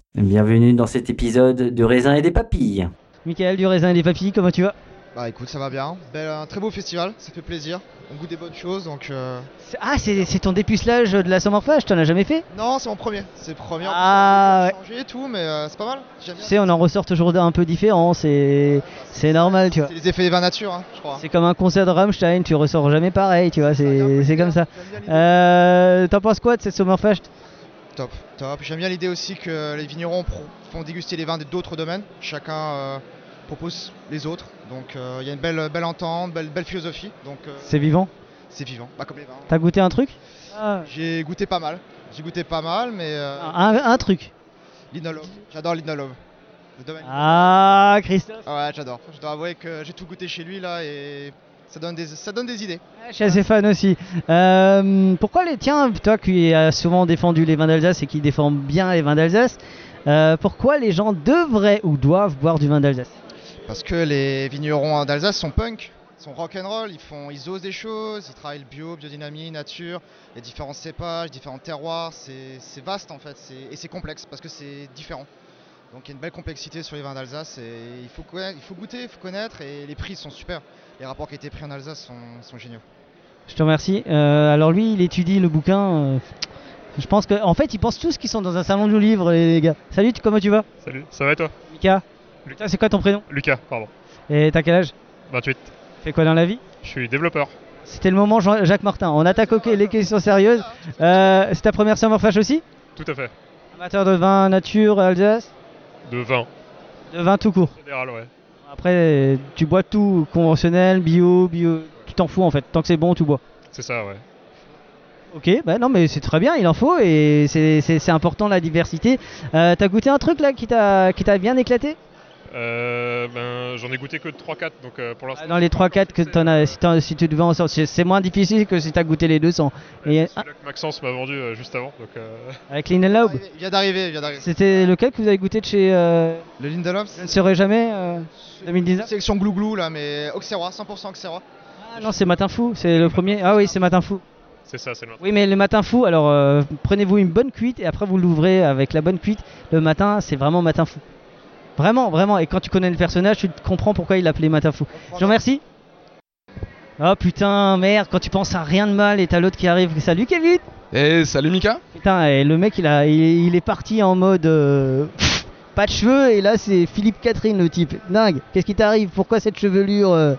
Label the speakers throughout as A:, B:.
A: bienvenue dans cet épisode de raisin et des papilles. Michael du raisin et des papilles, comment tu vas
B: Bah écoute, ça va bien. Bel- un très beau festival, ça fait plaisir. On goûte des bonnes choses, donc euh,
A: Ah c'est c'est ton dépucelage de la somorphage, t'en as jamais fait
B: non, c'est mon premier, c'est premier.
A: Ah,
B: en plus, on a changé et tout, mais euh, c'est pas mal. J'aime
A: Tu
B: bien.
A: sais on en ressort toujours un peu différent, c'est c'est normal tu vois.
B: C'est les effets des vins nature, hein, je crois.
A: C'est comme un concert de Rammstein, tu ressors jamais pareil, tu vois, c'est c'est comme ça.
B: J'aime bien l'idée.
A: Euh, T'en penses quoi de cette Summerfest
B: Top, top. J'aime bien l'idée aussi que les vignerons pro- font déguster les vins d'autres domaines. Chacun euh, propose les autres, donc euh, il y a une belle, belle entente, belle, belle philosophie. Donc euh,
A: C'est vivant
B: c'est vivant, pas comme les vins.
A: T'as goûté un truc
B: J'ai goûté pas mal. J'ai goûté pas mal, mais euh,
A: un, un truc.
B: l'innolobe. J'adore l'innolobe. Le domaine.
A: Ah, Christophe
B: Ouais, j'adore. Je dois avouer que j'ai tout goûté chez lui là et ça donne des, ça donne des idées.
A: Je suis assez fan aussi. Euh, pourquoi les tiens, toi qui as souvent défendu les vins d'Alsace et qui défend bien les vins d'Alsace, euh, pourquoi les gens devraient ou doivent boire du vin d'Alsace
B: Parce que les vignerons d'Alsace sont punk, sont rock'n'roll, ils font, ils osent des choses, ils travaillent le bio, biodynamie, nature, les différents cépages, différents terroirs, c'est c'est vaste en fait, c'est- et c'est complexe parce que c'est différent. Donc il y a une belle complexité sur les vins d'Alsace et il faut, conna- il faut goûter, il faut connaître et les prix sont super. Les rapports qui étaient pris en Alsace sont, sont géniaux.
A: Je te remercie. Euh, alors lui, il étudie le bouquin. euh, je pense que, en fait, ils pensent tous qu'ils sont dans un salon du livre, les gars. Salut, tu- comment tu vas
C: Salut, ça va et toi
A: Mika
C: Lucas.
A: Putain, C'est quoi ton prénom
C: Lucas, pardon.
A: Et t'as quel âge
C: 28.
A: Fais quoi dans la vie
C: Je suis développeur.
A: C'était le moment Jean- Jacques Martin. On attaque ok, les questions sérieuses. Euh, c'est ta première Summerflash aussi
C: Tout à fait.
A: Amateur de vin nature Alsace
C: De 20.
A: De vin tout court.
C: Fédéral, ouais.
A: Après, tu bois tout, conventionnel, bio, bio. Tu t'en fous en fait. Tant que c'est bon, tu bois.
C: C'est ça, ouais.
A: Ok, bah non, mais c'est très bien, il en faut et c'est- c'est c'est important la diversité. Euh, T'as goûté un truc là qui t'a qui t'a bien éclaté
C: Euh, ben, j'en ai goûté que 3-4, donc euh, pour l'instant.
A: Dans les 3-4 que t'en as, si, t'en- si tu devais en sortir, c'est moins difficile que si t'as goûté les 200. Et, ah,
C: Celui-là que Maxence m'a vendu euh, juste avant, donc. euh,
A: avec l'Inelaub,
B: Il vient d'arriver, il vient d'arriver.
A: c'était lequel que vous avez goûté de chez. euh,
B: Le Lindelof,
A: Je ne serai jamais euh, 2019
B: sélection glouglou là, mais Auxerrois, 100% Auxerrois.
A: Ah non, c'est Matin Fou, c'est le premier. Ah oui, c'est Matin Fou.
C: c'est ça, c'est le matin.
A: Oui, mais le Matin Fou, alors euh, prenez-vous une bonne cuite et après vous l'ouvrez avec la bonne cuite. Le matin, c'est vraiment Matin Fou. Vraiment, vraiment. Et quand tu connais le personnage, tu comprends pourquoi il l'appelait Matin Fou. Je vous remercie. Oh putain, merde, quand tu penses à rien de mal et t'as l'autre qui arrive, salut Kevin
D: Eh, salut Mika
A: Putain, et le mec il, a, il, il est parti en mode euh, pff, pas de cheveux et là c'est Philippe Catherine le type. Dingue, qu'est-ce qui t'arrive Pourquoi cette chevelure euh,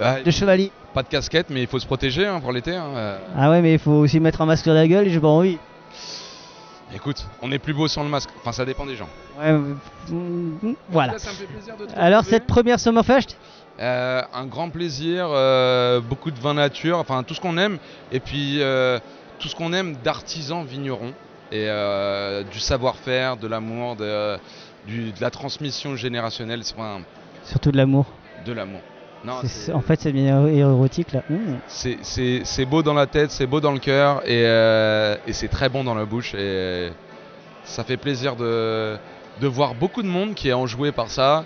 D: Ah,
A: de chevalier
D: Pas de casquette, mais il faut se protéger hein, pour l'été. hein, euh.
A: Ah ouais, mais il faut aussi mettre un masque sur la gueule, j'ai pas envie.
D: Écoute, on est plus beau sans le masque. Enfin, ça dépend des gens.
A: Ouais, euh, mm, voilà.
D: Là, ça me fait plaisir de te
A: Alors
D: retrouver.
A: cette première Summerfest,
D: Euh, un grand plaisir, euh, beaucoup de vin nature, enfin tout ce qu'on aime, et puis euh, tout ce qu'on aime d'artisans vignerons, et euh, du savoir-faire, de l'amour, de, euh, du- de la transmission générationnelle, enfin,
A: surtout de l'amour.
D: de l'amour. Non,
A: C'est-
D: c'est-
A: En fait, c'est bien érotique là. Mm.
D: c'est- c'est c'est beau dans la tête, c'est beau dans le cœur, et, euh, et c'est très bon dans la bouche, et ça fait plaisir de, de voir beaucoup de monde qui est enjoué par ça.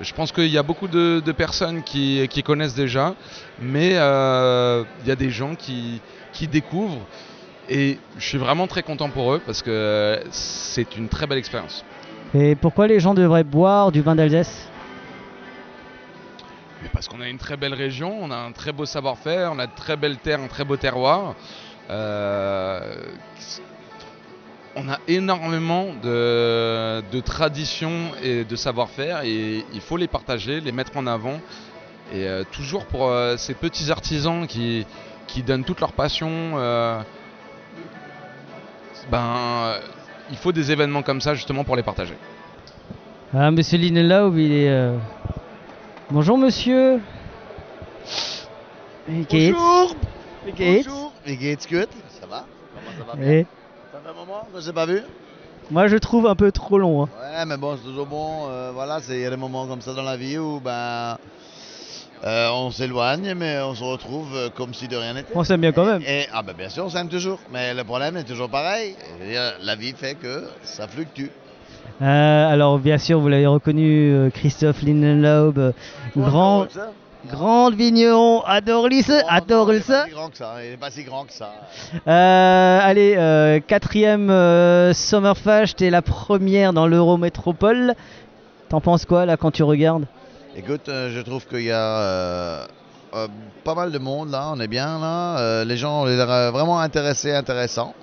D: Je pense qu'il y a beaucoup de, de personnes qui, qui connaissent déjà, mais euh, il y a des gens qui, qui découvrent. Et je suis vraiment très content pour eux parce que c'est une très belle expérience.
A: Et pourquoi les gens devraient boire du vin d'Alsace
D: Mais parce qu'on a une très belle région, on a un très beau savoir-faire, on a de très belles terres, un très beau terroir. Euh, on a énormément de, de traditions et de savoir-faire et il faut les partager, les mettre en avant. Et euh, toujours pour euh, ces petits artisans qui, qui donnent toute leur passion. euh, ben, euh, il faut des événements comme ça justement pour les partager.
A: Ah, monsieur Linelaub, il est. euh, Bonjour, monsieur. Et Gates.
E: Bonjour.
A: Et Gates.
E: Bonjour. Et Gates, good. Ça va Comment ça va bien
A: Et
E: Ça fait un moment qu'on ne s'est pas vu
A: moi, je trouve un peu trop long. hein.
E: Ouais, mais bon, c'est toujours bon. euh, voilà, c'est- il y a des moments comme ça dans la vie où ben, euh, on s'éloigne, mais on se retrouve euh, comme si de rien n'était.
A: On s'aime bien quand même.
E: Et, ah ben bien sûr, on s'aime toujours. Mais le problème est toujours pareil. Je veux dire, La vie fait que ça fluctue.
A: Euh, alors, bien sûr, vous l'avez reconnu, euh, Christophe Lindenlaub, euh, grand, grand vigneron à Dorlis, à Dorlis.
E: Il est grand que ça. Il est pas si grand que ça.
A: Euh, allez, euh, quatrième euh, Sommerfest et la première dans l'Eurométropole. T'en penses quoi là quand tu regardes
E: Écoute, euh, je trouve qu'il y a euh, euh, pas mal de monde là, on est bien là. Euh, les gens, on les a vraiment intéressés, intéressants.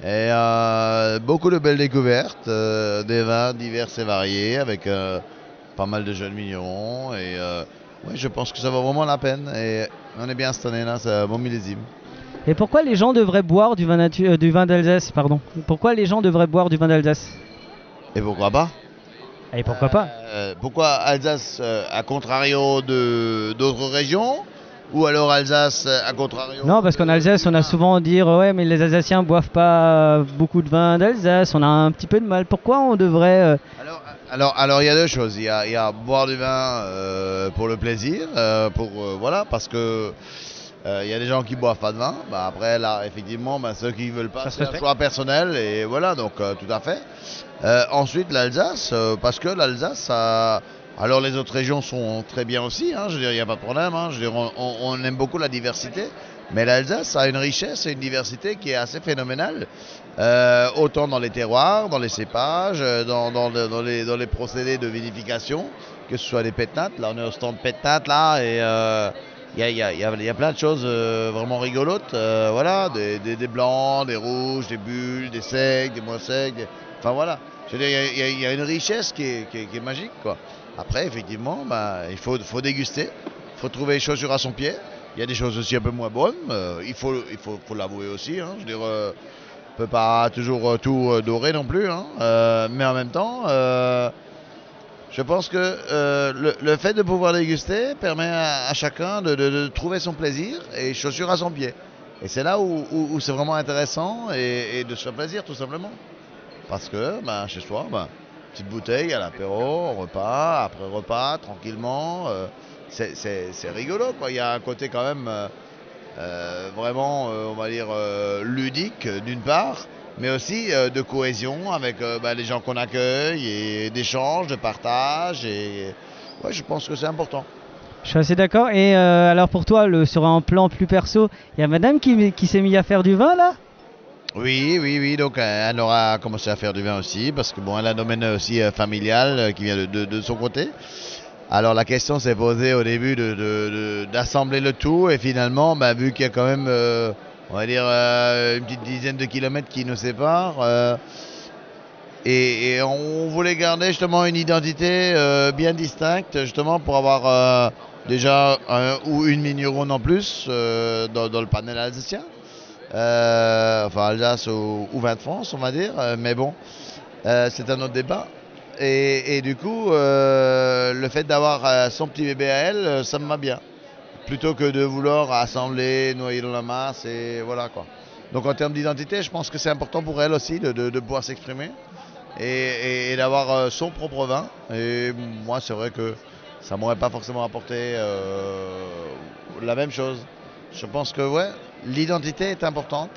E: Et euh, beaucoup de belles découvertes, euh, des vins divers et variés avec euh, pas mal de jeunes vignerons. Et euh, ouais, je pense que ça vaut vraiment la peine. Et on est bien cette année là, c'est un bon millésime.
A: Et pourquoi les gens devraient boire du vin, natu- euh, du vin d'Alsace pardon Pourquoi les gens devraient boire du vin d'Alsace
E: Et pourquoi pas
A: Et pourquoi pas
E: Euh, pourquoi Alsace euh, à contrario de d'autres régions ou alors Alsace euh, à contrario
A: Non, parce qu'en Alsace, on a souvent dire ouais, mais les Alsaciens boivent pas euh, beaucoup de vin d'Alsace. On a un petit peu de mal. Pourquoi on devrait euh,
E: Alors, alors il y a deux choses. Il y a, il y a boire du vin euh, pour le plaisir, euh, pour euh, voilà, parce que euh, il y a des gens qui boivent pas de vin. Bah, après, là, effectivement, bah, ceux qui veulent pas,
F: se
E: c'est un
F: respecte.
E: choix personnel et voilà, donc euh, tout à fait. Euh, ensuite, l'Alsace, euh, parce que l'Alsace, ça- alors les autres régions sont très bien aussi. hein, je veux dire, il n'y a pas de problème. hein, je veux dire, on, on- on aime beaucoup la diversité. Mais l'Alsace a une richesse et une diversité qui est assez phénoménale, Euh, autant dans les terroirs, dans les cépages, euh, dans, dans le- dans les, dans les procédés de vinification, que ce soit les pétnates. Là, on est au stand pétnate, là, et euh, il y, a, il y a- il y a- il y a plein de choses euh, vraiment rigolotes. euh, voilà, des, des- des blancs, des rouges, des bulles, des secs, des moins secs. des- Enfin voilà, Je veux dire, il y a- il y, a- il y a une richesse qui est, qui est- qui est magique. quoi. Après, effectivement, bah, il faut, faut déguster, il faut trouver les chaussures à son pied. Il y a des choses aussi un peu moins bonnes, euh, il faut, il faut, faut l'avouer aussi. hein. Je veux dire, euh, on peut pas toujours euh, tout euh, dorer non plus. hein. Euh, mais en même temps, euh, je pense que euh, le, le fait de pouvoir déguster permet à, à chacun de, de- de trouver son plaisir et chaussures à son pied. Et c'est là où, où- où c'est vraiment intéressant et, et de se faire plaisir tout simplement. Parce que ben, chez soi, ben, petite bouteille à l'apéro, au repas, après repas, tranquillement, euh, c'est- c'est c'est rigolo. quoi. Il y a un côté quand même euh, euh, vraiment, euh, on va dire, euh, ludique euh, d'une part, mais aussi euh, de cohésion avec euh, bah, les gens qu'on accueille et d'échange, de partage. Et ouais, je pense que c'est important.
A: Je suis assez d'accord. Et euh, alors pour toi, le, sur un plan plus perso, il y a Madame qui, qui s'est mis à faire du vin là
E: Oui, oui, oui. Donc, euh, elle aura commencé à faire du vin aussi, parce que bon, elle a un domaine aussi euh, familial euh, qui vient de, de- de son côté. Alors, la question s'est posée au début de- de- de- d'assembler le tout, et finalement, bah, vu qu'il y a quand même, euh, on va dire, euh, une petite dizaine de kilomètres qui nous séparent, euh, et, et on voulait garder justement une identité euh, bien distincte, justement pour avoir euh, déjà un ou une vigneronne en plus euh, dans, dans le panel alsacien. euh, enfin Alsace ou, ou vin de France, on va dire, euh, mais bon, euh, c'est un autre débat. Et, et du coup, euh, le fait d'avoir euh, son petit bébé à elle, euh, ça me va bien. Plutôt que de vouloir assembler, noyer dans la masse, et voilà quoi. Donc en termes d'identité, je pense que c'est important pour elle aussi de, de- de pouvoir s'exprimer et, et- et d'avoir euh, son propre vin. Et moi, c'est vrai que ça m'aurait pas forcément apporté euh, la même chose. Je pense que ouais, l'identité est importante.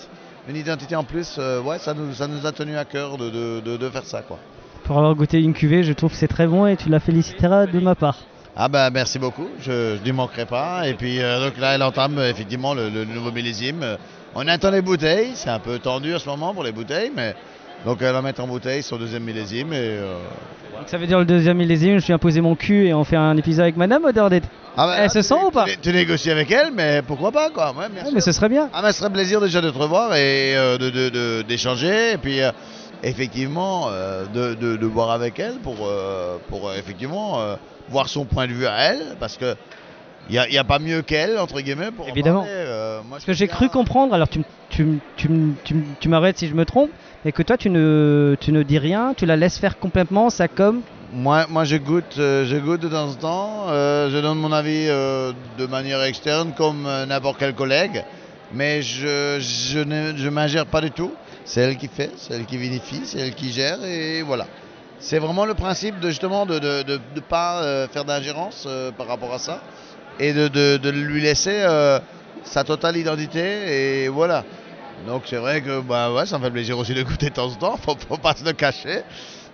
E: Une identité en plus, euh, ouais, ça nous, ça nous a tenu à cœur de, de- de- de faire ça quoi.
A: Pour avoir goûté une cuvée, je trouve que c'est très bon et tu la féliciteras de ma part.
E: Ah ben merci beaucoup, je je n'y manquerai pas. Et puis euh, donc là, elle entame euh, effectivement le, le nouveau millésime. Euh, On attend les bouteilles, c'est un peu tendu en ce moment pour les bouteilles, mais donc elle va mettre en bouteille son deuxième millésime et euh,
A: Donc ça veut dire le deuxième millésime, je suis imposé mon cul et on fait un épisode avec madame Oderdette.
E: Ah bah,
A: Elle se sent Eh, ou pas
E: tu, tu négocies avec elle, mais pourquoi pas quoi ouais, bien
A: Ouais, Mais ce serait bien.
E: Ah, mais ce serait un plaisir déjà de te revoir et euh, de- de- de- d'échanger. Et puis, euh, effectivement, euh, de, de- de boire avec elle pour, euh, pour euh, effectivement, euh, voir son point de vue à elle. Parce que il n'y a, y a pas mieux qu'elle, entre guillemets, pour en
A: Évidemment.
E: parler, euh, moi,
A: Parce que j'ai cru comprendre, alors tu, m- tu, m- tu, m- tu, m- tu m'arrêtes si je me trompe, mais que toi tu ne, tu ne dis rien, tu la laisses faire complètement, ça comme.
E: Moi, moi je goûte, euh, je goûte de temps en temps. euh, je donne mon avis euh, de manière externe comme euh, n'importe quel collègue, mais je, je ne je m'ingère pas du tout. C'est elle qui fait, c'est elle qui vinifie, c'est elle qui gère et voilà. C'est vraiment le principe de justement de ne de, de pas euh, faire d'ingérence euh, par rapport à ça et de, de- de lui laisser euh, sa totale identité et voilà. Donc c'est vrai que bah ouais, ça me fait plaisir aussi de goûter de temps en temps, faut, faut pas se le cacher.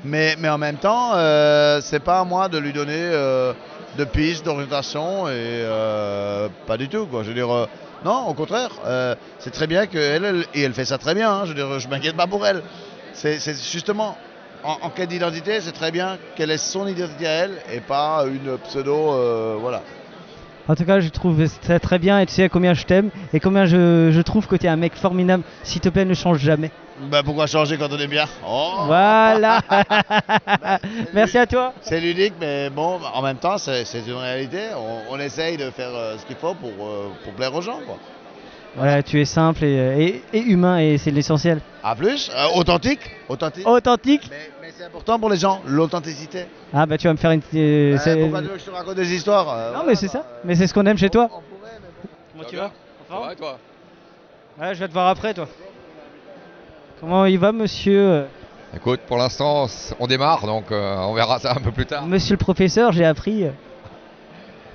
E: Mais, mais en même temps, euh, c'est pas à moi de lui donner euh, de pistes, d'orientation, et euh, pas du tout. Quoi. Je veux dire, euh, non, au contraire, euh, c'est très bien qu'elle, elle, et elle fait ça très bien, hein, je veux dire, je m'inquiète pas pour elle. C'est c'est justement, en, en quête d'identité, c'est très bien qu'elle ait son identité à elle, et pas une pseudo, euh, voilà.
A: En tout cas, je trouve ça très bien et tu sais combien je t'aime et combien je, je trouve que t'es un mec formidable. S'il te plaît, ne change jamais.
E: Bah pourquoi changer quand on est bien Oh Bah,
A: Voilà Merci à toi
E: C'est ludique, mais bon, en même temps, c'est c'est une réalité. On, on essaye de faire euh, ce qu'il faut pour, euh, pour plaire aux gens, quoi.
A: Voilà, tu es simple et, et- et humain et c'est l'essentiel.
E: À plus, euh, authentique, authentique.
A: Authentique.
E: Mais, mais c'est important pour les gens, l'authenticité.
A: Ah bah tu vas me faire une... euh,
E: Euh,
A: c'est-
E: pourquoi tu veux que je te raconte des histoires euh,
A: Non mais c'est ça, mais c'est ce qu'on aime chez toi.
D: Comment tu vas Ouais, toi.
A: Ouais, je vais te voir après toi. Comment il va monsieur
F: Écoute, pour l'instant, c- on démarre, donc euh, on verra ça un peu plus tard.
A: Monsieur le professeur, j'ai appris. euh,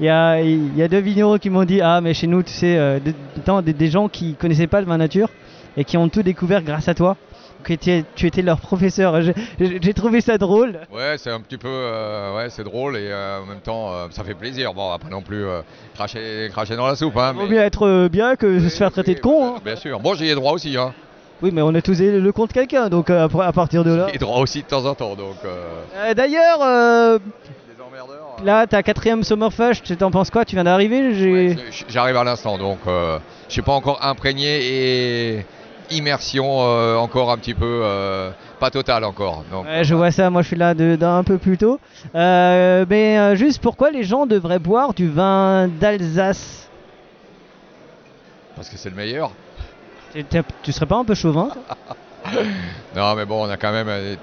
A: Il y a, il y a deux vignerons qui m'ont dit Ah, mais chez nous, tu sais, euh, des, tant- des- des gens qui connaissaient pas le vin nature et qui ont tout découvert grâce à toi. Que tu, es- tu étais leur professeur. J'ai- J'ai j'ai trouvé ça drôle.
F: Ouais, c'est un petit peu, euh, ouais, c'est drôle et euh, en même temps, euh, ça fait plaisir. Bon, on va pas non plus euh, cracher, cracher dans la soupe, hein,
A: Vaut
F: mais-
A: mieux être euh, bien que se faire traiter de con. hein.
F: bien sûr. Bon, j'y ai droit aussi, hein.
A: Oui, mais on a tous le le compte de quelqu'un, donc euh, après- à partir de là.
F: J'y ai droit aussi de temps en temps, donc. euh,
A: Euh, D'ailleurs, euh, là, ta quatrième Summerfest, tu t'en penses quoi Tu viens d'arriver j'ai-
F: J- J'arrive à l'instant, donc euh, je suis pas encore imprégné et immersion euh, encore un petit peu, euh, pas totale encore. Donc,
A: Ouais, je vois ça, moi je suis là de- d'un peu plus tôt. Euh, mais euh, juste pourquoi les gens devraient boire du vin d'Alsace
F: parce que c'est le meilleur.
A: T'es- t'es- Tu serais pas un peu chauvin toi
F: Non, mais bon, on a quand même euh,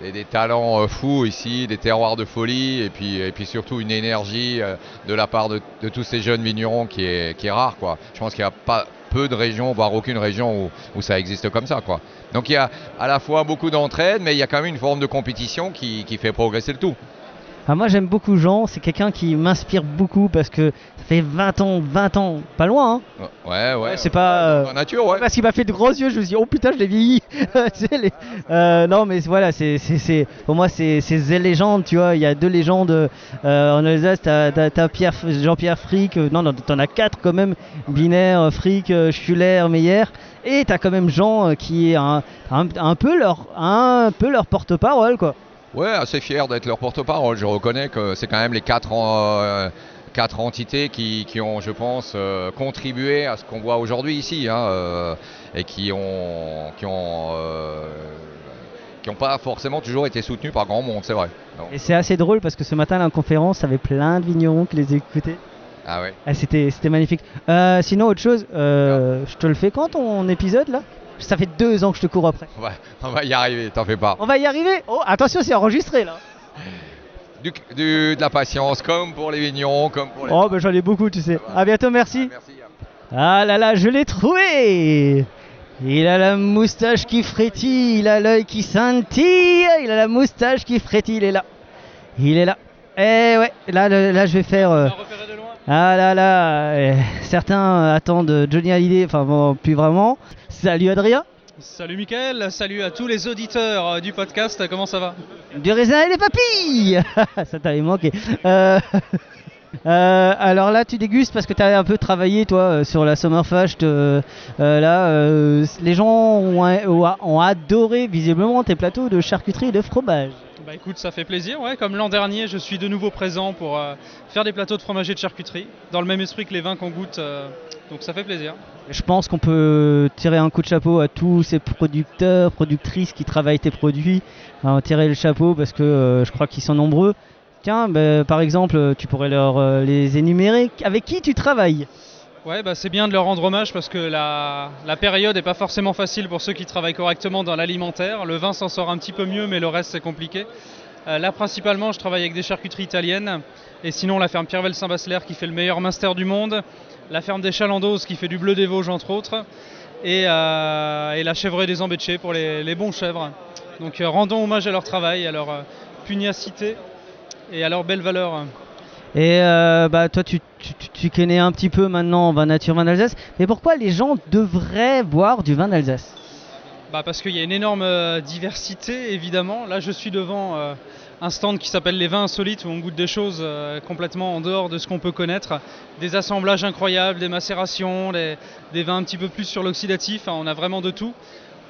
F: des, des talents euh, fous ici, des terroirs de folie, et puis, et puis surtout une énergie euh, de la part de, de tous ces jeunes vignerons qui est, qui est rare, quoi. Je pense qu'il n'y a pas peu de régions, voire aucune région où, où ça existe comme ça, quoi. Donc il y a à la fois beaucoup d'entraide, mais il y a quand même une forme de compétition qui, qui fait progresser le tout.
A: Ah, Moi j'aime beaucoup Jean, c'est quelqu'un qui m'inspire beaucoup parce que ça fait 20 ans, 20 ans, pas loin. hein.
F: Ouais, ouais.
A: c'est pas. euh,
F: nature, ouais.
A: Parce qu'il m'a fait de gros yeux, je me suis dit, oh putain, je l'ai vieilli. Tu sais, les- euh, non, mais voilà, c'est, c'est, c'est- pour moi, c'est, c'est des légendes, tu vois. Il y a deux légendes euh, en Alsace. T'as, t'as- t'as Pierre, Jean-Pierre Frick, euh, non, non, t'en as quatre quand même. Binaire, euh, Frick, euh, Schuller, Meyer. Et t'as quand même Jean euh, qui est un, un, un peu leur, un peu leur porte-parole, quoi.
F: Ouais, assez fier d'être leur porte-parole. Je reconnais que c'est quand même les quatre, en- euh, quatre entités qui, qui ont, je pense, euh, contribué à ce qu'on voit aujourd'hui ici hein, euh, et qui ont, qui ont, euh, qui ont pas forcément toujours été soutenues par grand monde, c'est vrai. Donc,
A: Et c'est assez drôle parce que ce matin, là, en conférence, ça avait plein de vignerons qui les écoutaient.
F: Ah ouais.
A: Ah, c'était, c'était magnifique. Euh, sinon, autre chose, euh, je te le fais quand ton épisode là Ça fait deux ans que je te cours après.
F: On va, on va y arriver, t'en fais pas.
A: On va y arriver Oh, attention, c'est enregistré là
F: Du, du- de la patience, comme pour les vignerons, comme pour les.
A: Oh, ben j'en ai beaucoup, tu sais. À bientôt, merci. Ah là là, je l'ai trouvé Il a la moustache qui frétille, il a l'œil qui scintille, il a la moustache qui frétille, il est là. Il est là. Eh ouais, là, le- là je vais faire... euh, Ah là là, euh, certains euh, attendent Johnny Hallyday, enfin bon, plus vraiment. Salut Adrien
G: Salut Mickaël, salut à tous les auditeurs euh, du podcast, comment ça va
A: Du raisin et des papilles Ça t'avait manqué. Euh, euh, alors là, tu dégustes parce que tu as un peu travaillé, toi, euh, sur la Summerfest. euh, euh, là, euh, s- les gens ont, ont- ont adoré, visiblement, tes plateaux de charcuterie et de fromage.
G: Bah écoute, ça fait plaisir, ouais. Comme l'an dernier, je suis de nouveau présent pour euh, faire des plateaux de fromager de charcuterie, dans le même esprit que les vins qu'on goûte, euh, donc ça fait plaisir.
A: Je pense qu'on peut tirer un coup de chapeau à tous ces producteurs, productrices qui travaillent tes produits. hein, tirer le chapeau parce que euh, je crois qu'ils sont nombreux. Tiens, bah, par exemple, tu pourrais leur euh, les énumérer. Avec qui tu travailles
G: Ouais, bah c'est bien de leur rendre hommage parce que la, la période n'est pas forcément facile pour ceux qui travaillent correctement dans l'alimentaire. Le vin s'en sort un petit peu mieux, mais le reste c'est compliqué. Euh, là, principalement, je travaille avec des charcuteries italiennes et sinon la ferme Piervel Saint-Basler qui fait le meilleur master du monde, la ferme des Chalandoses qui fait du bleu des Vosges entre autres et, euh, et la chèvrerie des Embêchés pour les, les bons chèvres. Donc euh, rendons hommage à leur travail, à leur euh, pugnacité et à leur belle valeur.
A: Et euh, bah toi tu, tu, tu- tu connais un petit peu maintenant vin nature, vin d'Alsace, mais pourquoi les gens devraient boire du vin d'Alsace
G: Bah parce qu'il y a une énorme euh, diversité évidemment. Là je suis devant euh, un stand qui s'appelle les vins insolites où on goûte des choses euh, complètement en dehors de ce qu'on peut connaître. Des assemblages incroyables, des macérations, des, des vins un petit peu plus sur l'oxydatif, hein, on a vraiment de tout.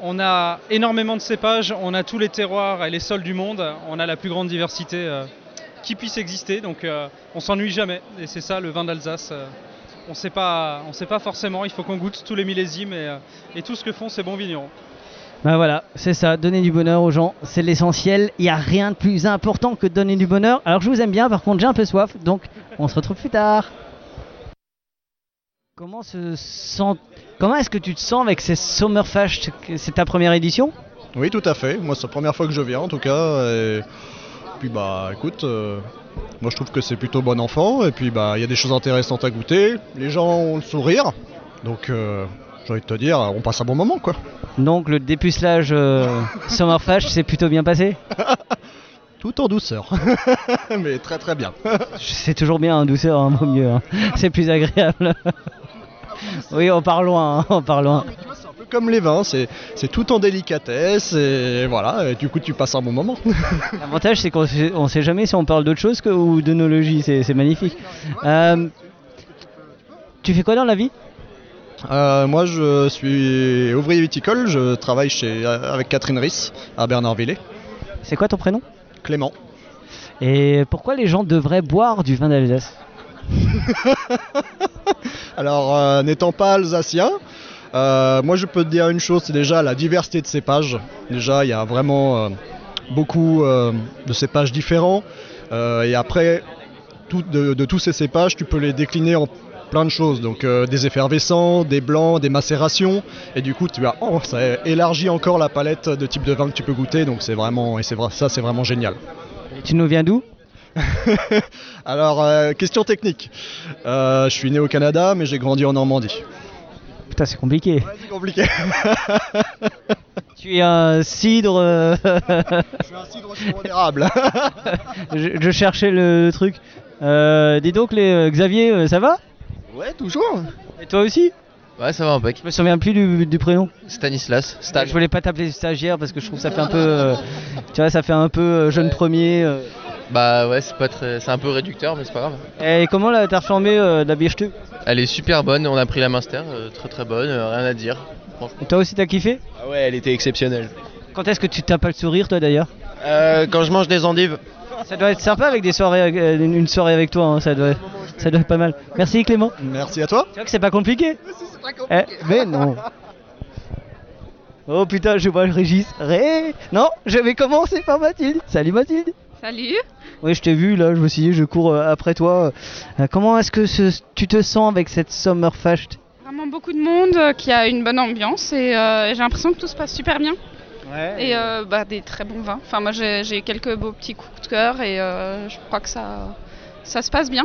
G: On a énormément de cépages, on a tous les terroirs et les sols du monde, on a la plus grande diversité euh, qui puisse exister, donc euh, on s'ennuie jamais. Et c'est ça le vin d'Alsace. euh, on sait pas, on sait pas forcément, il faut qu'on goûte tous les millésimes et, euh, et tout ce que font ces bons vignerons.
A: Bah voilà, c'est ça, donner du bonheur aux gens, c'est l'essentiel, il n'y a rien de plus important que de donner du bonheur. Alors je vous aime bien, par contre j'ai un peu soif, donc on se retrouve plus tard. Comment, se sent... Comment est-ce que tu te sens avec ces Sommerfest C'est ta première édition
H: Oui, tout à fait. Moi, c'est la première fois que je viens, en tout cas. Et puis, bah, écoute, euh, moi, je trouve que c'est plutôt bon enfant. Et puis, bah, il y a des choses intéressantes à goûter. Les gens ont le sourire. Donc, euh, j'ai envie de te dire, on passe un bon moment, quoi.
A: Donc le dépucelage euh, Sommerfest s'est plutôt bien passé
H: Tout en douceur. Mais très, très bien.
A: C'est toujours bien en douceur, hein, vaut mieux. hein. C'est plus agréable. oui, on part loin, hein, on part loin.
H: Un peu comme les vins, c'est c'est tout en délicatesse. Et voilà, et du coup, tu passes un bon moment.
A: L'avantage, c'est qu'on sait, on sait jamais si on parle d'autre chose que ou d'onologie, c'est c'est magnifique. Euh, tu fais quoi dans la vie
H: Euh, moi, je suis ouvrier viticole. Je travaille chez, euh, avec Catherine Riss à Bernardvillers.
A: C'est quoi ton prénom
H: Clément.
A: Et pourquoi les gens devraient boire du vin d'Alsace
H: Alors, euh, n'étant pas alsacien, euh, moi je peux te dire une chose, c'est déjà la diversité de cépages. Déjà, il y a vraiment euh, beaucoup euh, de cépages différents. Euh, et après, tout- de, de tous ces cépages, tu peux les décliner en plein de choses. Donc, euh, des effervescents, des blancs, des macérations. Et du coup, tu as, oh, ça élargit encore la palette de types de vins que tu peux goûter. Donc, c'est vraiment, et c'est vrai, ça, c'est vraiment génial.
A: Et tu nous viens d'où
H: Alors, euh, question technique. Euh, je suis né au Canada, mais j'ai grandi en Normandie.
A: Putain, c'est compliqué.
H: C'est compliqué.
A: Tu es un cidre. euh,
H: Je suis un cidre sirop d'érable.
A: je, je cherchais le truc. Euh, dis donc, les, euh, Xavier, euh, ça va
I: Ouais, toujours.
A: Et toi aussi
I: Ouais, ça va, impec.
A: Je me souviens plus du, du prénom.
I: Stanislas.
A: Je voulais pas t'appeler stagiaire parce que je trouve que ça fait un peu. euh, tu vois, ça fait un peu euh, jeune premier. euh.
I: Bah ouais, c'est pas très, c'est un peu réducteur, mais c'est pas grave.
A: Et comment là, t'as reformé euh, de la bichetue
I: Elle est super bonne, on a pris la master, euh, très très bonne, euh, rien à dire. franchement.
A: Toi aussi, t'as kiffé
I: Ah ouais, elle était exceptionnelle.
A: Quand est-ce que tu t'as pas le sourire, toi d'ailleurs
I: Euh, quand je mange des endives.
A: Ça doit être sympa avec des soirées, avec- euh, une une soirée avec toi, hein, ça, doit, ça doit être pas mal. Merci Clément.
H: Merci à toi.
A: Tu vois que c'est pas compliqué Eh, Mais non. Oh putain, je vois le Régis. Ré Non, je vais commencer par Mathilde. Salut Mathilde.
J: Salut.
A: Oui, je t'ai vu là, je me suis dit, je cours euh, après toi. Euh, comment est-ce que ce- tu te sens avec cette Sommerfest
J: Vraiment beaucoup de monde, euh, qui a une bonne ambiance et euh, j'ai l'impression que tout se passe super bien. Et euh, bah, des très bons vins. Enfin, moi j'ai j'ai quelques beaux petits coups de cœur et euh, je crois que ça, ça se passe bien.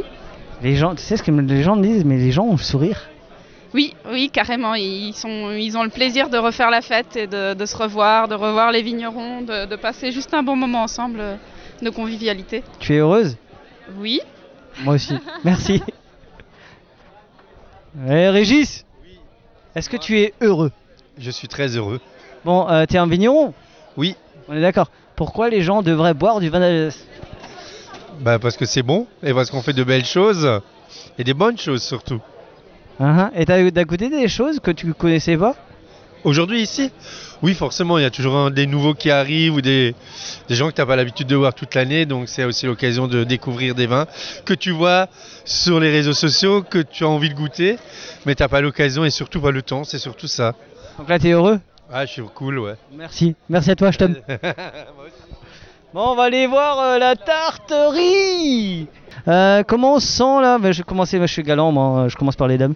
A: Les gens, tu sais ce que me- les gens me disent, mais les gens ont le sourire.
J: Oui, oui, carrément. Ils, sont, ils ont le plaisir de refaire la fête et de, de se revoir, de revoir les vignerons, de, de passer juste un bon moment ensemble euh, de convivialité.
A: Tu es heureuse
J: Oui.
A: Moi aussi. Merci. Eh, Régis Est-ce que tu es heureux
K: Je suis très heureux.
A: Bon, euh, t'es un vigneron
K: Oui.
A: On est d'accord. Pourquoi les gens devraient boire du vin d'Alsace
K: Bah, parce que c'est bon et parce qu'on fait de belles choses et des bonnes choses surtout.
A: Hein, hein. Et t'as t'as goûté des choses que tu connaissais pas
K: Aujourd'hui ici Oui, forcément, il y a toujours un- des nouveaux qui arrivent ou des, des gens que tu n'as pas l'habitude de voir toute l'année. Donc c'est aussi l'occasion de découvrir des vins que tu vois sur les réseaux sociaux, que tu as envie de goûter, mais tu n'as pas l'occasion et surtout pas le temps. C'est surtout ça.
A: Donc là, t'es heureux
K: Ah, je suis cool, ouais.
A: Merci. Merci à toi, je t'aime. Bon, on va aller voir euh, la tarterie Euh, Comment on se sent là Bah, Je vais commencer, moi, je suis galant, moi, euh, je commence par les dames.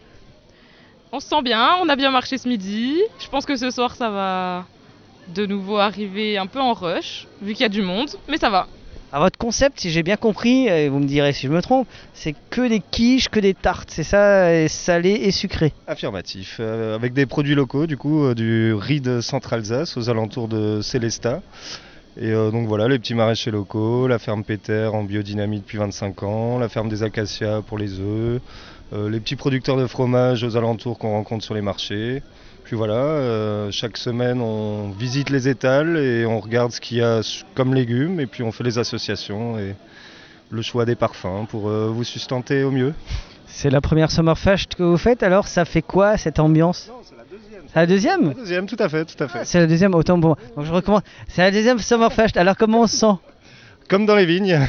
L: On se sent bien, on a bien marché ce midi. Je pense que ce soir, ça va de nouveau arriver un peu en rush, vu qu'il y a du monde, mais ça va.
A: À votre concept, si j'ai bien compris, et vous me direz si je me trompe, c'est que des quiches, que des tartes, c'est ça, et salé et sucré.
K: Affirmatif.
M: Euh, avec des produits locaux, du coup, euh, du riz de Centre-Alsace aux alentours de Célestat. Et euh, donc voilà, les petits maraîchers locaux, la ferme Péter en biodynamie depuis 25 ans, la ferme des acacias pour les œufs, euh, les petits producteurs de fromage aux alentours qu'on rencontre sur les marchés. Puis voilà, euh, chaque semaine on visite les étals et on regarde ce qu'il y a s- comme légumes et puis on fait les associations et le choix des parfums pour euh, vous sustenter au mieux.
A: C'est la première Summerfest que vous faites, alors ça fait quoi cette ambiance c'est la deuxième. C'est la deuxième
M: La deuxième, tout à fait, tout à fait.
A: Ah, C'est la deuxième, autant pour moi. Donc je recommence. C'est la deuxième Summerfest, alors comment on se sent
M: Comme dans les vignes.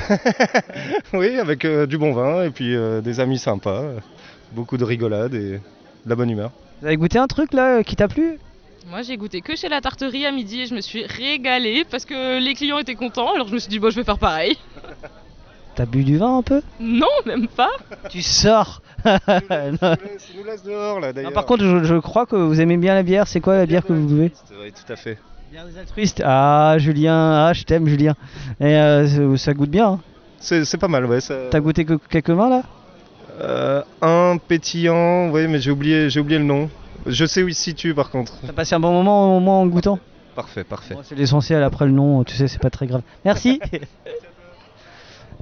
M: oui, avec euh, du bon vin et puis euh, des amis sympas, euh, beaucoup de rigolade et de la bonne humeur.
A: Vous avez goûté un truc là euh, qui t'a plu
L: Moi, j'ai goûté que chez la tarterie à midi et je me suis régalée parce que les clients étaient contents, alors je me suis dit, bon, je vais faire pareil.
A: T'as bu du vin un peu
L: Non, même pas.
A: Tu sors
M: nous laisse dehors là
A: Non, Par contre, je, je crois que vous aimez bien la bière. C'est quoi la bière que vous buvez
M: Oui, tout à fait.
A: Triste. Ah, Julien, ah, je t'aime, Julien. Et euh, ça- ça goûte bien. hein.
M: C'est c'est pas mal, ouais. ça-
A: T'as goûté que quelques vins là
M: Euh, un pétillant, oui, mais j'ai oublié, j'ai oublié le nom. Je sais où il se situe par contre.
A: T'as passé un bon moment au moins en goûtant
M: Parfait, parfait.
A: C'est l'essentiel après le nom, tu sais, c'est pas très grave. Merci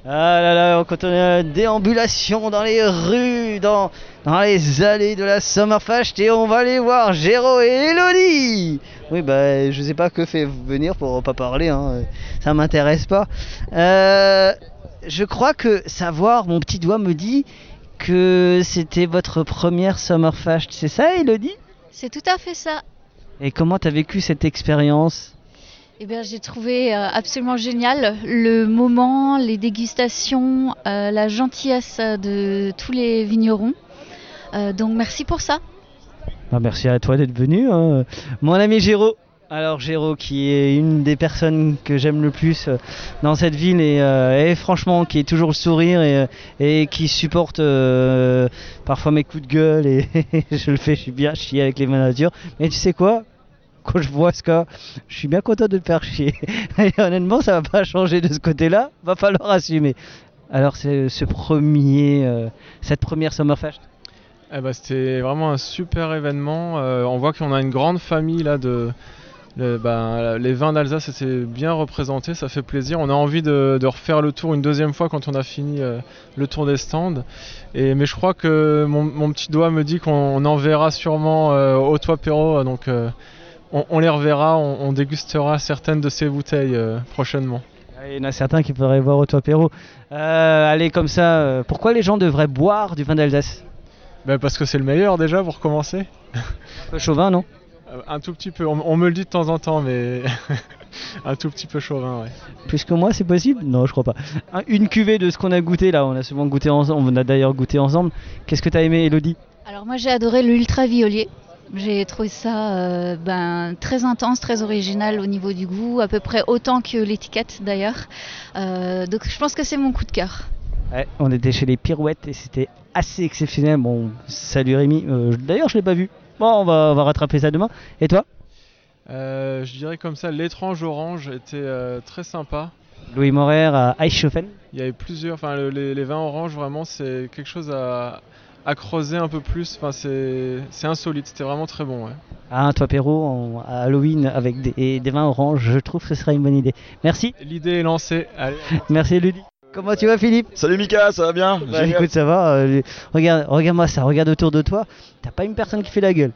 A: Ah là là, quand on a une déambulation dans les rues, dans, dans les allées de la Summerfest, et on va aller voir Géro et Elodie Oui, bah, je sais pas que fait venir pour pas parler, hein, ça m'intéresse pas. Euh, je crois que savoir, mon petit doigt me dit que c'était votre première Summerfest, c'est ça, Elodie
N: C'est tout à fait ça.
A: Et comment t'as vécu cette expérience
N: Eh bien, j'ai trouvé euh, absolument génial le moment, les dégustations, euh, la gentillesse de tous les vignerons. Euh, donc, merci pour ça.
A: Bah, merci à toi d'être venu. hein. Mon ami Géraud. Alors Géraud qui est une des personnes que j'aime le plus euh, dans cette ville et, euh, et franchement qui est toujours le sourire et, euh, et qui supporte euh, parfois mes coups de gueule et je le fais, je suis bien chier avec les managers. Mais tu sais quoi Quand je vois ce cas, je suis bien content de le faire chier. Et honnêtement ça va pas changer de ce côté-là, va falloir assumer. Alors c'est ce premier, euh, cette première Summerfest
O: Eh ben, c'était vraiment un super événement. Euh, on voit qu'on a une grande famille là de. le- ben, les vins d'Alsace étaient bien représentés, ça fait plaisir. On a envie de, de refaire le tour une deuxième fois quand on a fini euh, le tour des stands. Et, mais je crois que mon, mon petit doigt me dit qu'on on en verra sûrement euh, au toit Perrault. Donc euh, on, on les reverra, on, on dégustera certaines de ces bouteilles euh, prochainement.
A: Ah, Il y en a certains qui pourraient voir au toit Perrault. Euh, allez, comme ça, euh, pourquoi les gens devraient boire du vin d'Alsace
O: Ben, parce que c'est le meilleur déjà pour commencer.
A: Un peu chauvin, non
O: Euh, Un tout petit peu, on, on me le dit de temps en temps, mais un tout petit peu chauvin, ouais.
A: Plus que moi, c'est possible Non, je crois pas. Un- Une cuvée de ce qu'on a goûté là, on a souvent goûté ensemble, on a d'ailleurs goûté ensemble. Qu'est-ce que t'as aimé, Elodie
N: Alors, moi, j'ai adoré l'ultraviolet. J'ai trouvé ça euh, ben, très intense, très original au niveau du goût, à peu près autant que l'étiquette d'ailleurs. Euh, donc je pense que c'est mon coup de cœur.
A: Ouais, on était chez les pirouettes et c'était assez exceptionnel. Bon, salut Rémi. Euh, je- D'ailleurs, je l'ai pas vu. Bon, on va, on va rattraper ça demain. Et toi
O: Euh, je dirais comme ça, l'étrange orange était euh, très sympa.
A: Louis Morer à Eichhofen.
O: Il y avait plusieurs, enfin le- les, les vins oranges vraiment c'est quelque chose à, à creuser un peu plus. Enfin c'est c'est insolite, c'était vraiment très bon. Ouais.
A: Ah, toi Perrault, en- à Halloween avec des, des vins oranges. Je trouve que ce sera une bonne idée. Merci.
O: L'idée est lancée. Allez.
A: Merci Ludy. Comment tu vas Philippe
P: Salut Mika, ça va bien
A: Bah,
P: Génial.
A: écoute, ça va. euh, regarde, regarde-moi ça. Regarde autour de toi. T'as pas une personne qui fait la gueule.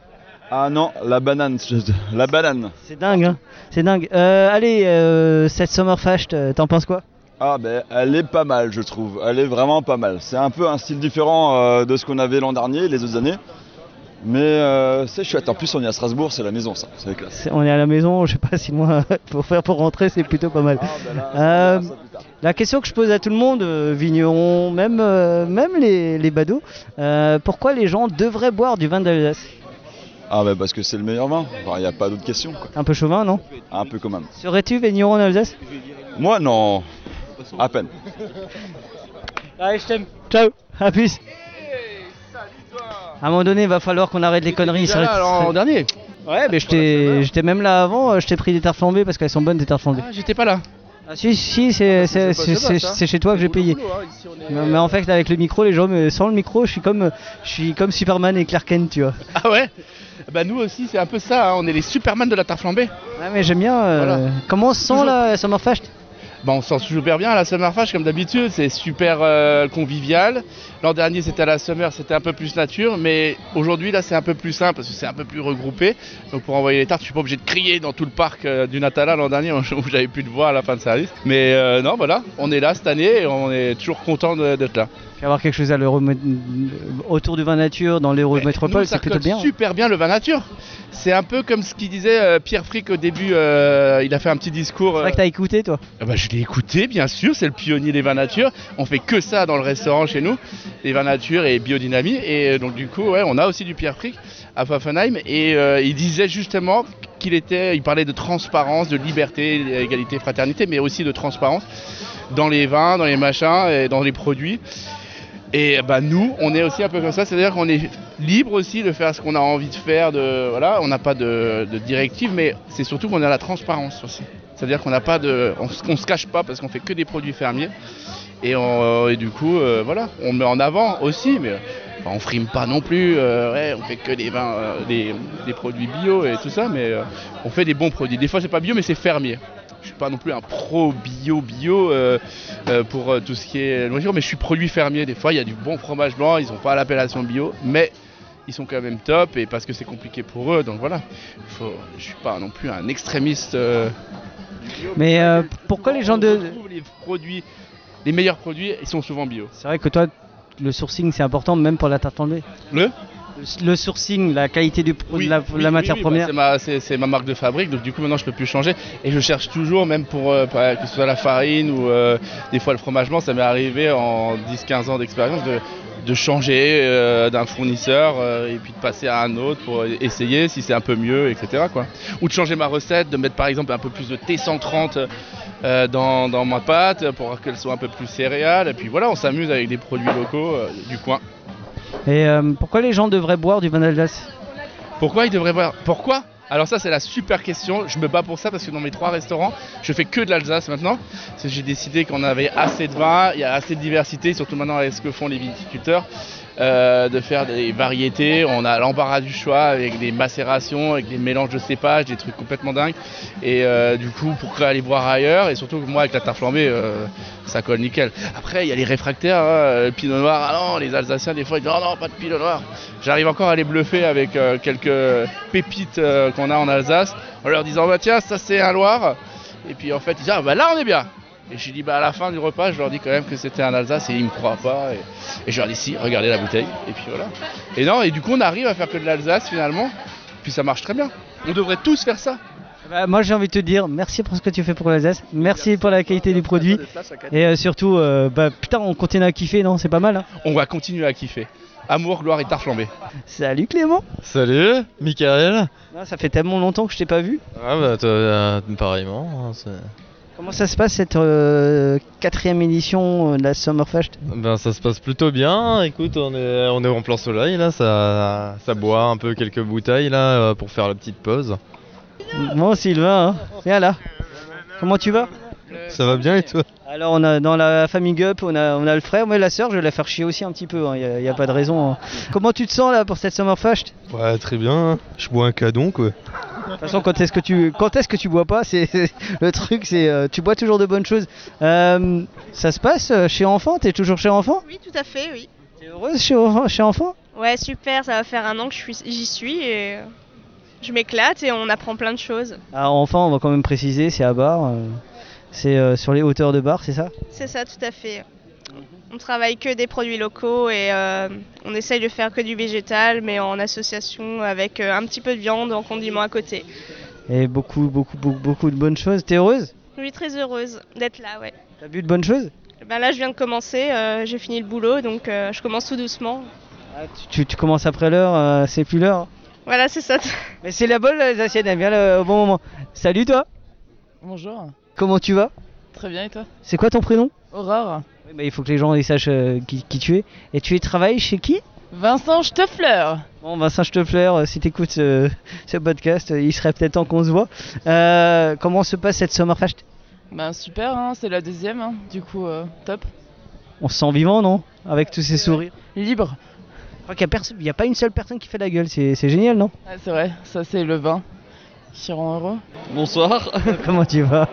P: Ah non, la banane, je- la banane.
A: C'est dingue, hein C'est dingue. Euh, allez, euh, cette Summerfest, euh, t'en penses quoi
P: Ah ben, elle est pas mal, je trouve. Elle est vraiment pas mal. C'est un peu un style différent euh, de ce qu'on avait l'an dernier, les autres années. Mais euh, c'est chouette. En plus, on est à Strasbourg, c'est la maison, ça. C'est classe.
A: C'est- On est à la maison, je sais pas si moi, pour faire pour rentrer, c'est plutôt pas mal. Euh, la question que je pose à tout le monde, euh, vignerons, même, euh, même les, les badauds, euh, pourquoi les gens devraient boire du vin d'Alsace
P: Ah ben, parce que c'est le meilleur vin. Il n'y a pas d'autre question, quoi.
A: Un peu chauvin, non
P: Un peu quand même.
A: Serais-tu vigneron en Alsace
P: Moi, non. À peine.
A: Allez, je t'aime. Ciao, à plus. À un moment donné, il va falloir qu'on arrête les conneries.
Q: déjà là, alors, en Ah,
A: dernier Ouais, mais j'étais j'étais même là avant, euh, je t'ai pris des tartes flambées parce qu'elles sont bonnes, des tartes flambées.
Q: J'étais pas là.
A: Ah si, si, c'est c'est-
Q: ça se passe,
A: c'est-
Q: ça.
A: c'est chez toi que j'ai payé.
Q: hein,
A: Non, mais en fait, avec le micro, les gens, me- sans le micro, je suis comme, je suis comme Superman et Clark Kent, tu vois.
Q: Ah ouais Bah nous aussi, c'est un peu ça. hein. On est les Superman de la tarte flambée.
A: Ah mais j'aime bien. euh, Comment on se sent là, euh, Summerfest
Q: Bah on se sent super bien à la Summerfest comme d'habitude. C'est super euh, convivial. L'an dernier c'était à la Summer, c'était un peu plus nature. Mais aujourd'hui là c'est un peu plus simple parce que c'est un peu plus regroupé. Donc pour envoyer les tartes, je suis pas obligé de crier dans tout le parc euh, du Natala l'an dernier où j'avais plus de voix à la fin de service. Mais euh, non, voilà, on est là cette année et on est toujours content de- d'être là.
A: Il va y avoir quelque chose à l'Euro- autour du vin nature dans l'Euro
Q: Nous,
A: métropole,
Q: ça
A: c'est plutôt
Q: recolle
A: bien.
Q: super bien le vin nature. C'est un peu comme ce qu'il disait euh, Pierre Frick au début. euh, il a fait un petit discours.
A: C'est vrai que t'as écouté toi.
Q: Ah bah, je l'ai écouté, bien sûr, c'est le pionnier des vins nature. On fait que ça dans le restaurant chez nous, les vins nature et biodynamie. Et euh, donc du coup, ouais, on a aussi du Pierre Frick à Pfaffenheim. Et euh, il disait justement qu'il était, il parlait de transparence, de liberté, égalité, fraternité, mais aussi de transparence dans les vins, dans les machins et dans les produits. Et bah, nous, on est aussi un peu comme ça, c'est-à-dire qu'on est libre aussi de faire ce qu'on a envie de faire, de, voilà, on n'a pas de, de directive, mais c'est surtout qu'on a la transparence aussi. C'est-à-dire qu'on n'a pas de, on, s- on se cache pas parce qu'on fait que des produits fermiers. Et, on- et du coup, euh, voilà, on met en avant aussi, mais enfin, on frime pas non plus. euh, ouais, on fait que des vins, euh, des, des produits bio et tout ça, mais euh, on fait des bons produits. Des fois, c'est pas bio, mais c'est fermier. Je suis pas non plus un pro bio bio euh, euh, pour euh, tout ce qui est nourriture, mais je suis produit fermier. Des fois, il y a du bon fromage blanc, ils n'ont pas l'appellation bio, mais ils sont quand même top et parce que c'est compliqué pour eux. Donc voilà, Faut- je suis pas non plus un extrémiste. euh,
A: Mais euh, pourquoi les gens de
Q: on trouve les produits, les meilleurs produits, ils sont souvent bio.
A: C'est vrai que toi, le sourcing c'est important même pour la tarte flambée.
Q: Le
A: Le sourcing, la qualité du pro- de la,
Q: Oui,
A: la
Q: oui,
A: matière
Q: oui, bah,
A: première.
Q: c'est ma- c'est c'est ma, marque de fabrique, donc du coup maintenant je peux plus changer. Et je cherche toujours, même pour euh, par- que ce soit la farine ou euh, des fois le fromage blanc, ça m'est arrivé en 10-15 ans d'expérience de, de changer euh, d'un fournisseur euh, et puis de passer à un autre pour essayer si c'est un peu mieux, etc. Quoi. Ou de changer ma recette, de mettre par exemple un peu plus de T130 euh, dans, dans ma pâte pour qu'elle soit un peu plus céréale. Et puis voilà, on s'amuse avec des produits locaux euh, du coin.
A: Et euh, pourquoi les gens devraient boire du vin d'Alsace
Q: Pourquoi ils devraient boire Pourquoi Alors ça c'est la super question. Je me bats pour ça parce que dans mes trois restaurants, je fais que de l'Alsace maintenant. Parce que j'ai décidé qu'on avait assez de vin, il y a assez de diversité, surtout maintenant avec ce que font les viticulteurs, euh, de faire des variétés. On a l'embarras du choix avec des macérations, avec des mélanges de cépages, des trucs complètement dingues. Et euh, du coup, pourquoi aller boire ailleurs Et surtout que moi avec la tarte flambée, euh, ça colle nickel. Après, il y a les réfractaires, hein, le pinot noir. Ah non, les Alsaciens des fois ils disent oh non non pas de pinot noir. J'arrive encore à les bluffer avec euh, quelques pépites euh, qu'on a en Alsace en leur disant bah tiens ça c'est un Loire et puis en fait ils disent ah bah là on est bien et j'ai dit bah à la fin du repas je leur dis quand même que c'était un Alsace et ils me croient pas et, et je leur dis si regardez la bouteille et puis voilà et non et du coup on arrive à faire que de l'Alsace finalement puis ça marche très bien on devrait tous faire ça
A: Bah, moi j'ai envie de te dire merci pour ce que tu fais pour l'Alsace, merci pour la qualité du produit et euh, surtout euh, bah, putain on continue à kiffer non c'est pas mal. hein.
Q: On va continuer à kiffer. Amour, gloire et tarte flambée.
A: Salut Clément
Q: Salut
A: Michael Ah, Ça fait tellement longtemps que je t'ai pas vu.
I: Ah bah toi, euh, pareillement. hein, c'est-
A: Comment ça se passe cette euh, quatrième édition euh, de la Summerfest
I: Ben ça se passe plutôt bien. Écoute, on est on est en plein soleil là, ça ça boit un peu quelques bouteilles là euh, pour faire la petite pause.
A: Bon Sylvain, hein. viens là. Comment tu vas
I: Ça va bien et toi
A: Alors on a dans la famille Gup, on a, on a le frère, mais la sœur, je vais la faire chier aussi un petit peu, il n'y a, pas de raison. hein. Comment tu te sens là pour cette Summerfest
M: Ouais, très bien. Je bois un cadon, quoi.
A: De toute façon, quand est-ce que tu, quand est-ce que tu bois pas C'est c'est- le truc, c'est euh, tu bois toujours de bonnes choses. Euh, ça se passe euh, chez enfant T'es toujours chez enfant
R: Oui, tout à fait, oui.
A: Heureuse chez enfant, chez enfant
R: Ouais, super, ça va faire un an que je suis- j'y suis et euh, je m'éclate et on apprend plein de choses.
A: Ah, enfant, on va quand même préciser, c'est à Bar, euh, c'est euh, sur les hauteurs de Bar, c'est ça
R: C'est ça, tout à fait. On travaille que des produits locaux et euh, on essaye de faire que du végétal, mais en association avec euh, un petit peu de viande en condiment à côté.
A: Et beaucoup, beaucoup, beaucoup, beaucoup de bonnes choses. T'es heureuse
R: Je suis très heureuse d'être là, ouais.
A: T'as bu de bonnes choses
R: Ben là, je viens de commencer, euh, j'ai fini le boulot, donc euh, je commence tout doucement.
A: Ah, tu, tu commences après l'heure, euh, c'est plus l'heure.
R: Voilà, c'est ça.
A: Mais c'est la bonne, euh, les assiettes, elle vient le- au bon moment. Salut toi,
S: Bonjour,
A: comment tu vas
S: très bien et toi
A: C'est quoi ton prénom
S: Aurore
A: Oui, bah, Il faut que les gens ils sachent euh, qui, qui tu es. Et tu y travailles chez qui
S: Vincent Steffler
A: Bon, Vincent Steffler, euh, si t'écoutes ce, ce podcast, euh, il serait peut-être temps qu'on se voit. Euh, comment se passe cette Summerfest
S: Ben super, hein, c'est la deuxième, hein, du coup euh, top.
A: On se sent vivant, non Avec tous ces sourires.
S: Libre
A: Je crois qu'il n'y a, pas une seule personne qui fait la gueule, c'est c'est génial, non
S: Ah, C'est vrai, ça c'est le vin qui rend heureux.
C: Bonsoir.
A: Comment tu vas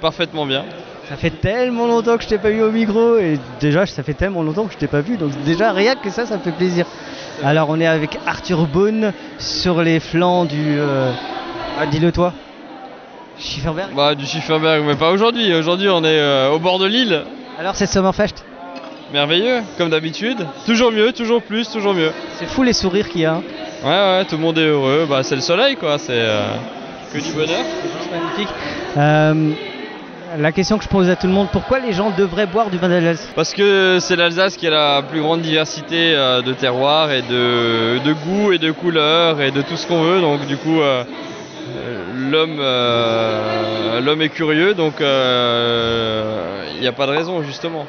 C: Parfaitement bien.
A: Ça fait tellement longtemps que je t'ai pas eu au micro et déjà ça fait tellement longtemps que je t'ai pas vu donc déjà rien que ça ça me fait plaisir. Alors on est avec Arthur Boone sur les flancs du euh, ah, dis-le toi. Schifferberg
C: Bah, du Schifferberg, mais pas aujourd'hui. Aujourd'hui, on est euh, au bord de l'île.
A: Alors cette Summerfest,
C: Merveilleux, comme d'habitude. Toujours mieux, toujours plus, toujours mieux.
A: c'est fou les sourires qu'il y a. hein.
C: Ouais, ouais, tout le monde est heureux. Bah, c'est le soleil, quoi. C'est euh, que du bonheur.
A: magnifique. Euh, la question que je pose à tout le monde, pourquoi les gens devraient boire du vin d'Alsace
C: Parce que c'est l'Alsace qui a la plus grande diversité euh, de terroirs et de, de goûts et de couleurs et de tout ce qu'on veut. Donc du coup, euh, euh, l'homme euh, l'homme est curieux, donc euh, il n'y a pas de raison justement.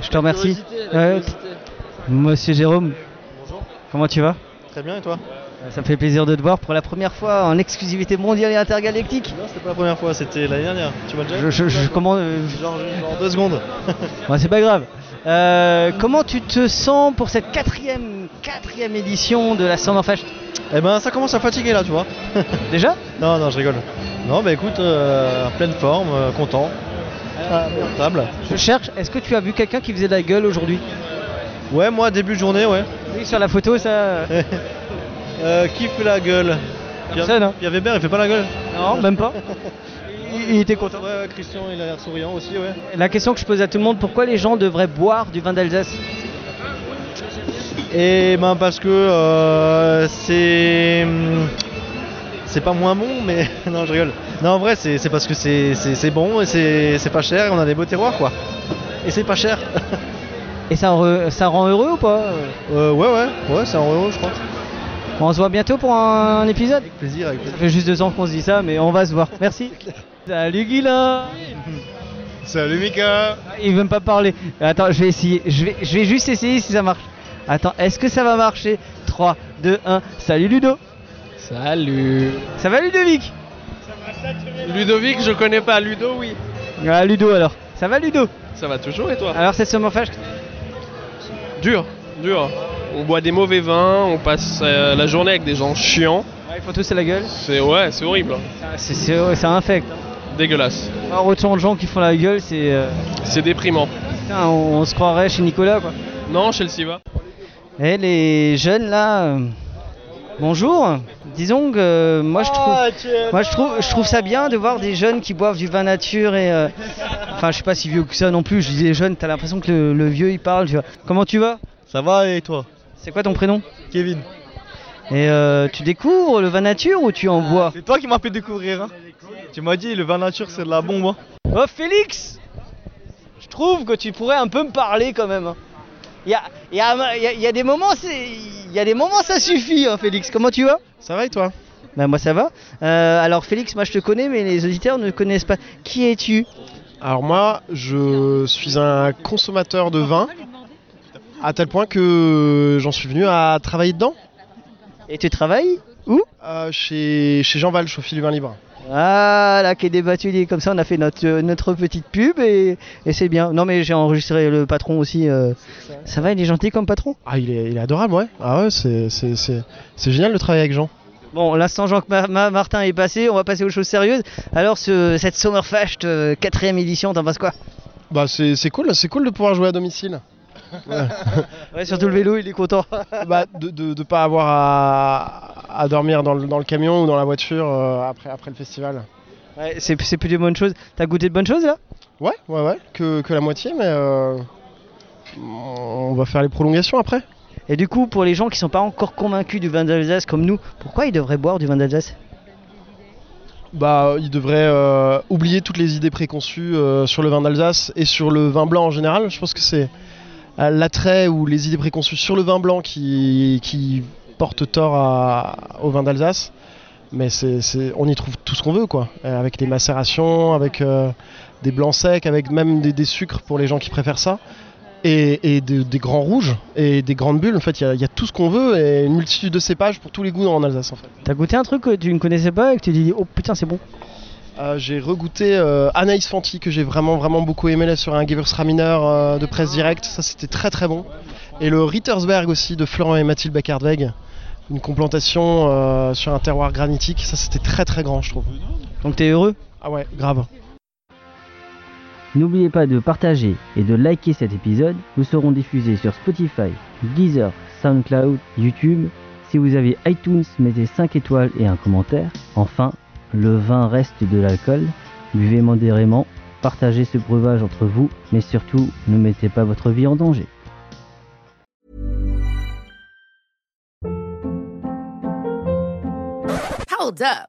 A: Je te remercie. Euh, Monsieur Jérôme. Comment tu vas
T: Très bien et toi
A: Euh, Ça me fait plaisir de te voir pour la première fois en exclusivité mondiale et intergalactique.
T: Non, c'était pas la première fois, c'était l'année dernière. Tu m'as déjà
A: Je, je, je- comment, euh,
T: Genre, genre deux secondes.
A: Bah, c'est pas grave. Euh, comment tu te sens pour cette quatrième, quatrième édition de la Summerfest
T: Eh ben, ça commence à fatiguer là, tu vois.
A: Déjà
T: Non, non, je rigole. Non, bah écoute, euh, en pleine forme, euh, content. Ah, merde, table.
A: Je cherche, est-ce que tu as vu quelqu'un qui faisait de la gueule aujourd'hui
T: Ouais, moi, début de journée, ouais.
A: Oui, sur la photo, ça.
T: Euh, qui fait la gueule Pierre,
A: Personne, hein.
T: Pierre Weber, il fait pas la gueule
A: Non, même pas. Il, il était content.
T: Ouais, ouais, Christian, il a l'air souriant aussi, ouais.
A: La question que je pose à tout le monde, pourquoi les gens devraient boire du vin d'Alsace
T: Et ben parce que euh, c'est hmm, c'est pas moins bon, mais non je rigole. Non en vrai c'est c'est parce que c'est c'est- c'est bon et c'est c'est pas cher et on a des beaux terroirs quoi. Et c'est pas cher.
A: Et ça, re- ça rend heureux ou pas
T: Euh, Ouais ouais ouais ça rend heureux je crois.
A: On se voit bientôt pour un, un épisode
T: Plaisir avec plaisir.
A: Ça fait juste deux ans qu'on se dit ça, mais on va se voir. Merci. Salut Guilin
T: Salut Mika
A: Il veut même pas parler. Attends, je vais essayer. Je vais, je vais juste essayer si ça marche. Attends, est-ce que ça va marcher 3, 2, 1. Salut Ludo Salut Ça va Ludovic
U: Ludovic, je connais pas. Ludo, oui.
A: Ah Ludo alors. Ça va Ludo
U: Ça va toujours et toi
A: Alors cette Summerfest
U: Dur, dur. On boit des mauvais vins, on passe euh, la journée avec des gens chiants.
A: Ouais, ils font tous la gueule.
U: C'est ouais, c'est horrible.
A: Ah, C'est- C'est c'est infect.
U: Dégueulasse.
A: Alors autant de gens qui font la gueule, c'est... euh,
U: C'est déprimant.
A: Putain, on, on se croirait chez Nicolas quoi.
U: Non, Chelsea va.
A: Eh les jeunes là, euh, bonjour. Disons que euh, moi je trouve,
T: Ah,
A: moi je trouve, je trouve ça bien de voir des jeunes qui boivent du vin nature et, euh, enfin je suis pas si vieux que ça non plus. Je dis les jeunes, t'as l'impression que le, le vieux il parle. Tu vois. Comment tu vas
T: Ça va et toi
A: C'est quoi ton prénom
T: Kevin.
A: Et euh, tu découvres le vin nature ou tu en bois
T: C'est toi qui m'as fait découvrir. hein. Tu m'as dit, le vin nature, c'est de la bombe. hein.
A: Oh Félix Je trouve que tu pourrais un peu me parler quand même. Il y a, il y a- il y a- il y a des moments, c'est- il y a des moments ça suffit hein, Félix. Comment tu vas
T: Ça va et toi
A: Bah moi ça va. Euh, alors Félix, moi je te connais mais les auditeurs ne connaissent pas. Qui es-tu
T: Alors moi, je suis un consommateur de vin, à tel point que j'en suis venu à travailler dedans. Euh,
A: Et tu travailles où
T: chez, chez Jean Valche au fil du vin libre.
A: Ah là, qui débattu, il est comme ça, on a fait notre, euh, notre petite pub et, et c'est bien. Non mais j'ai enregistré le patron aussi. euh. Ça va, il est gentil comme patron
T: Ah, il est, il est adorable, ouais. Ah ouais, c'est, c'est, c'est- c'est génial de travailler avec Jean.
A: Bon, l'instant Jean-Marc Martin est passé, on va passer aux choses sérieuses. Alors, ce, cette Summerfest, euh, quatrième édition, t'en penses quoi
T: Bah c'est, c'est cool, c'est cool de pouvoir jouer à domicile.
A: Ouais, surtout le vélo, il est content.
T: bah, de, de, de pas avoir à, à dormir dans le, dans le camion ou dans la voiture euh, après, après le festival.
A: Ouais, c'est, c'est plus des bonnes choses. T'as goûté de bonnes choses là
T: Ouais, ouais, ouais, que, que la moitié, mais euh, on va faire les prolongations après.
A: Et du coup, pour les gens qui sont pas encore convaincus du vin d'Alsace comme nous, pourquoi ils devraient boire du vin d'Alsace
T: Bah, il devrait euh, oublier toutes les idées préconçues euh, sur le vin d'Alsace et sur le vin blanc en général. Je pense que c'est euh, l'attrait ou les idées préconçues sur le vin blanc qui, qui portent tort à- au vin d'Alsace. Mais c'est, c'est- on y trouve tout ce qu'on veut, quoi. Euh, Avec des macérations, avec euh, des blancs secs, avec même des, des sucres pour les gens qui préfèrent ça. Et, et de- des grands rouges et des grandes bulles. En fait, il y a- il y, a tout ce qu'on veut et une multitude de cépages pour tous les goûts en Alsace, en fait.
A: T'as goûté un truc que tu ne connaissais pas et que tu dis oh putain, c'est bon
T: Euh, j'ai regoûté euh, Anaïs Fanti que j'ai vraiment vraiment beaucoup aimé là sur un Gewürztraminer euh, de presse directe, ça c'était très très bon. Et le Rittersberg aussi de Florent et Mathilde Beckardweg, une complantation euh, sur un terroir granitique, ça c'était très très grand je trouve.
A: Donc t'es heureux
T: Ah ouais, grave.
V: N'oubliez pas de partager et de liker cet épisode. Nous serons diffusés sur Spotify, Deezer, SoundCloud, YouTube. Si vous avez iTunes, mettez 5 étoiles et un commentaire. Enfin, le vin reste de l'alcool. Buvez modérément, partagez ce breuvage entre vous, mais surtout, ne mettez pas votre vie en danger.
W: Hold up.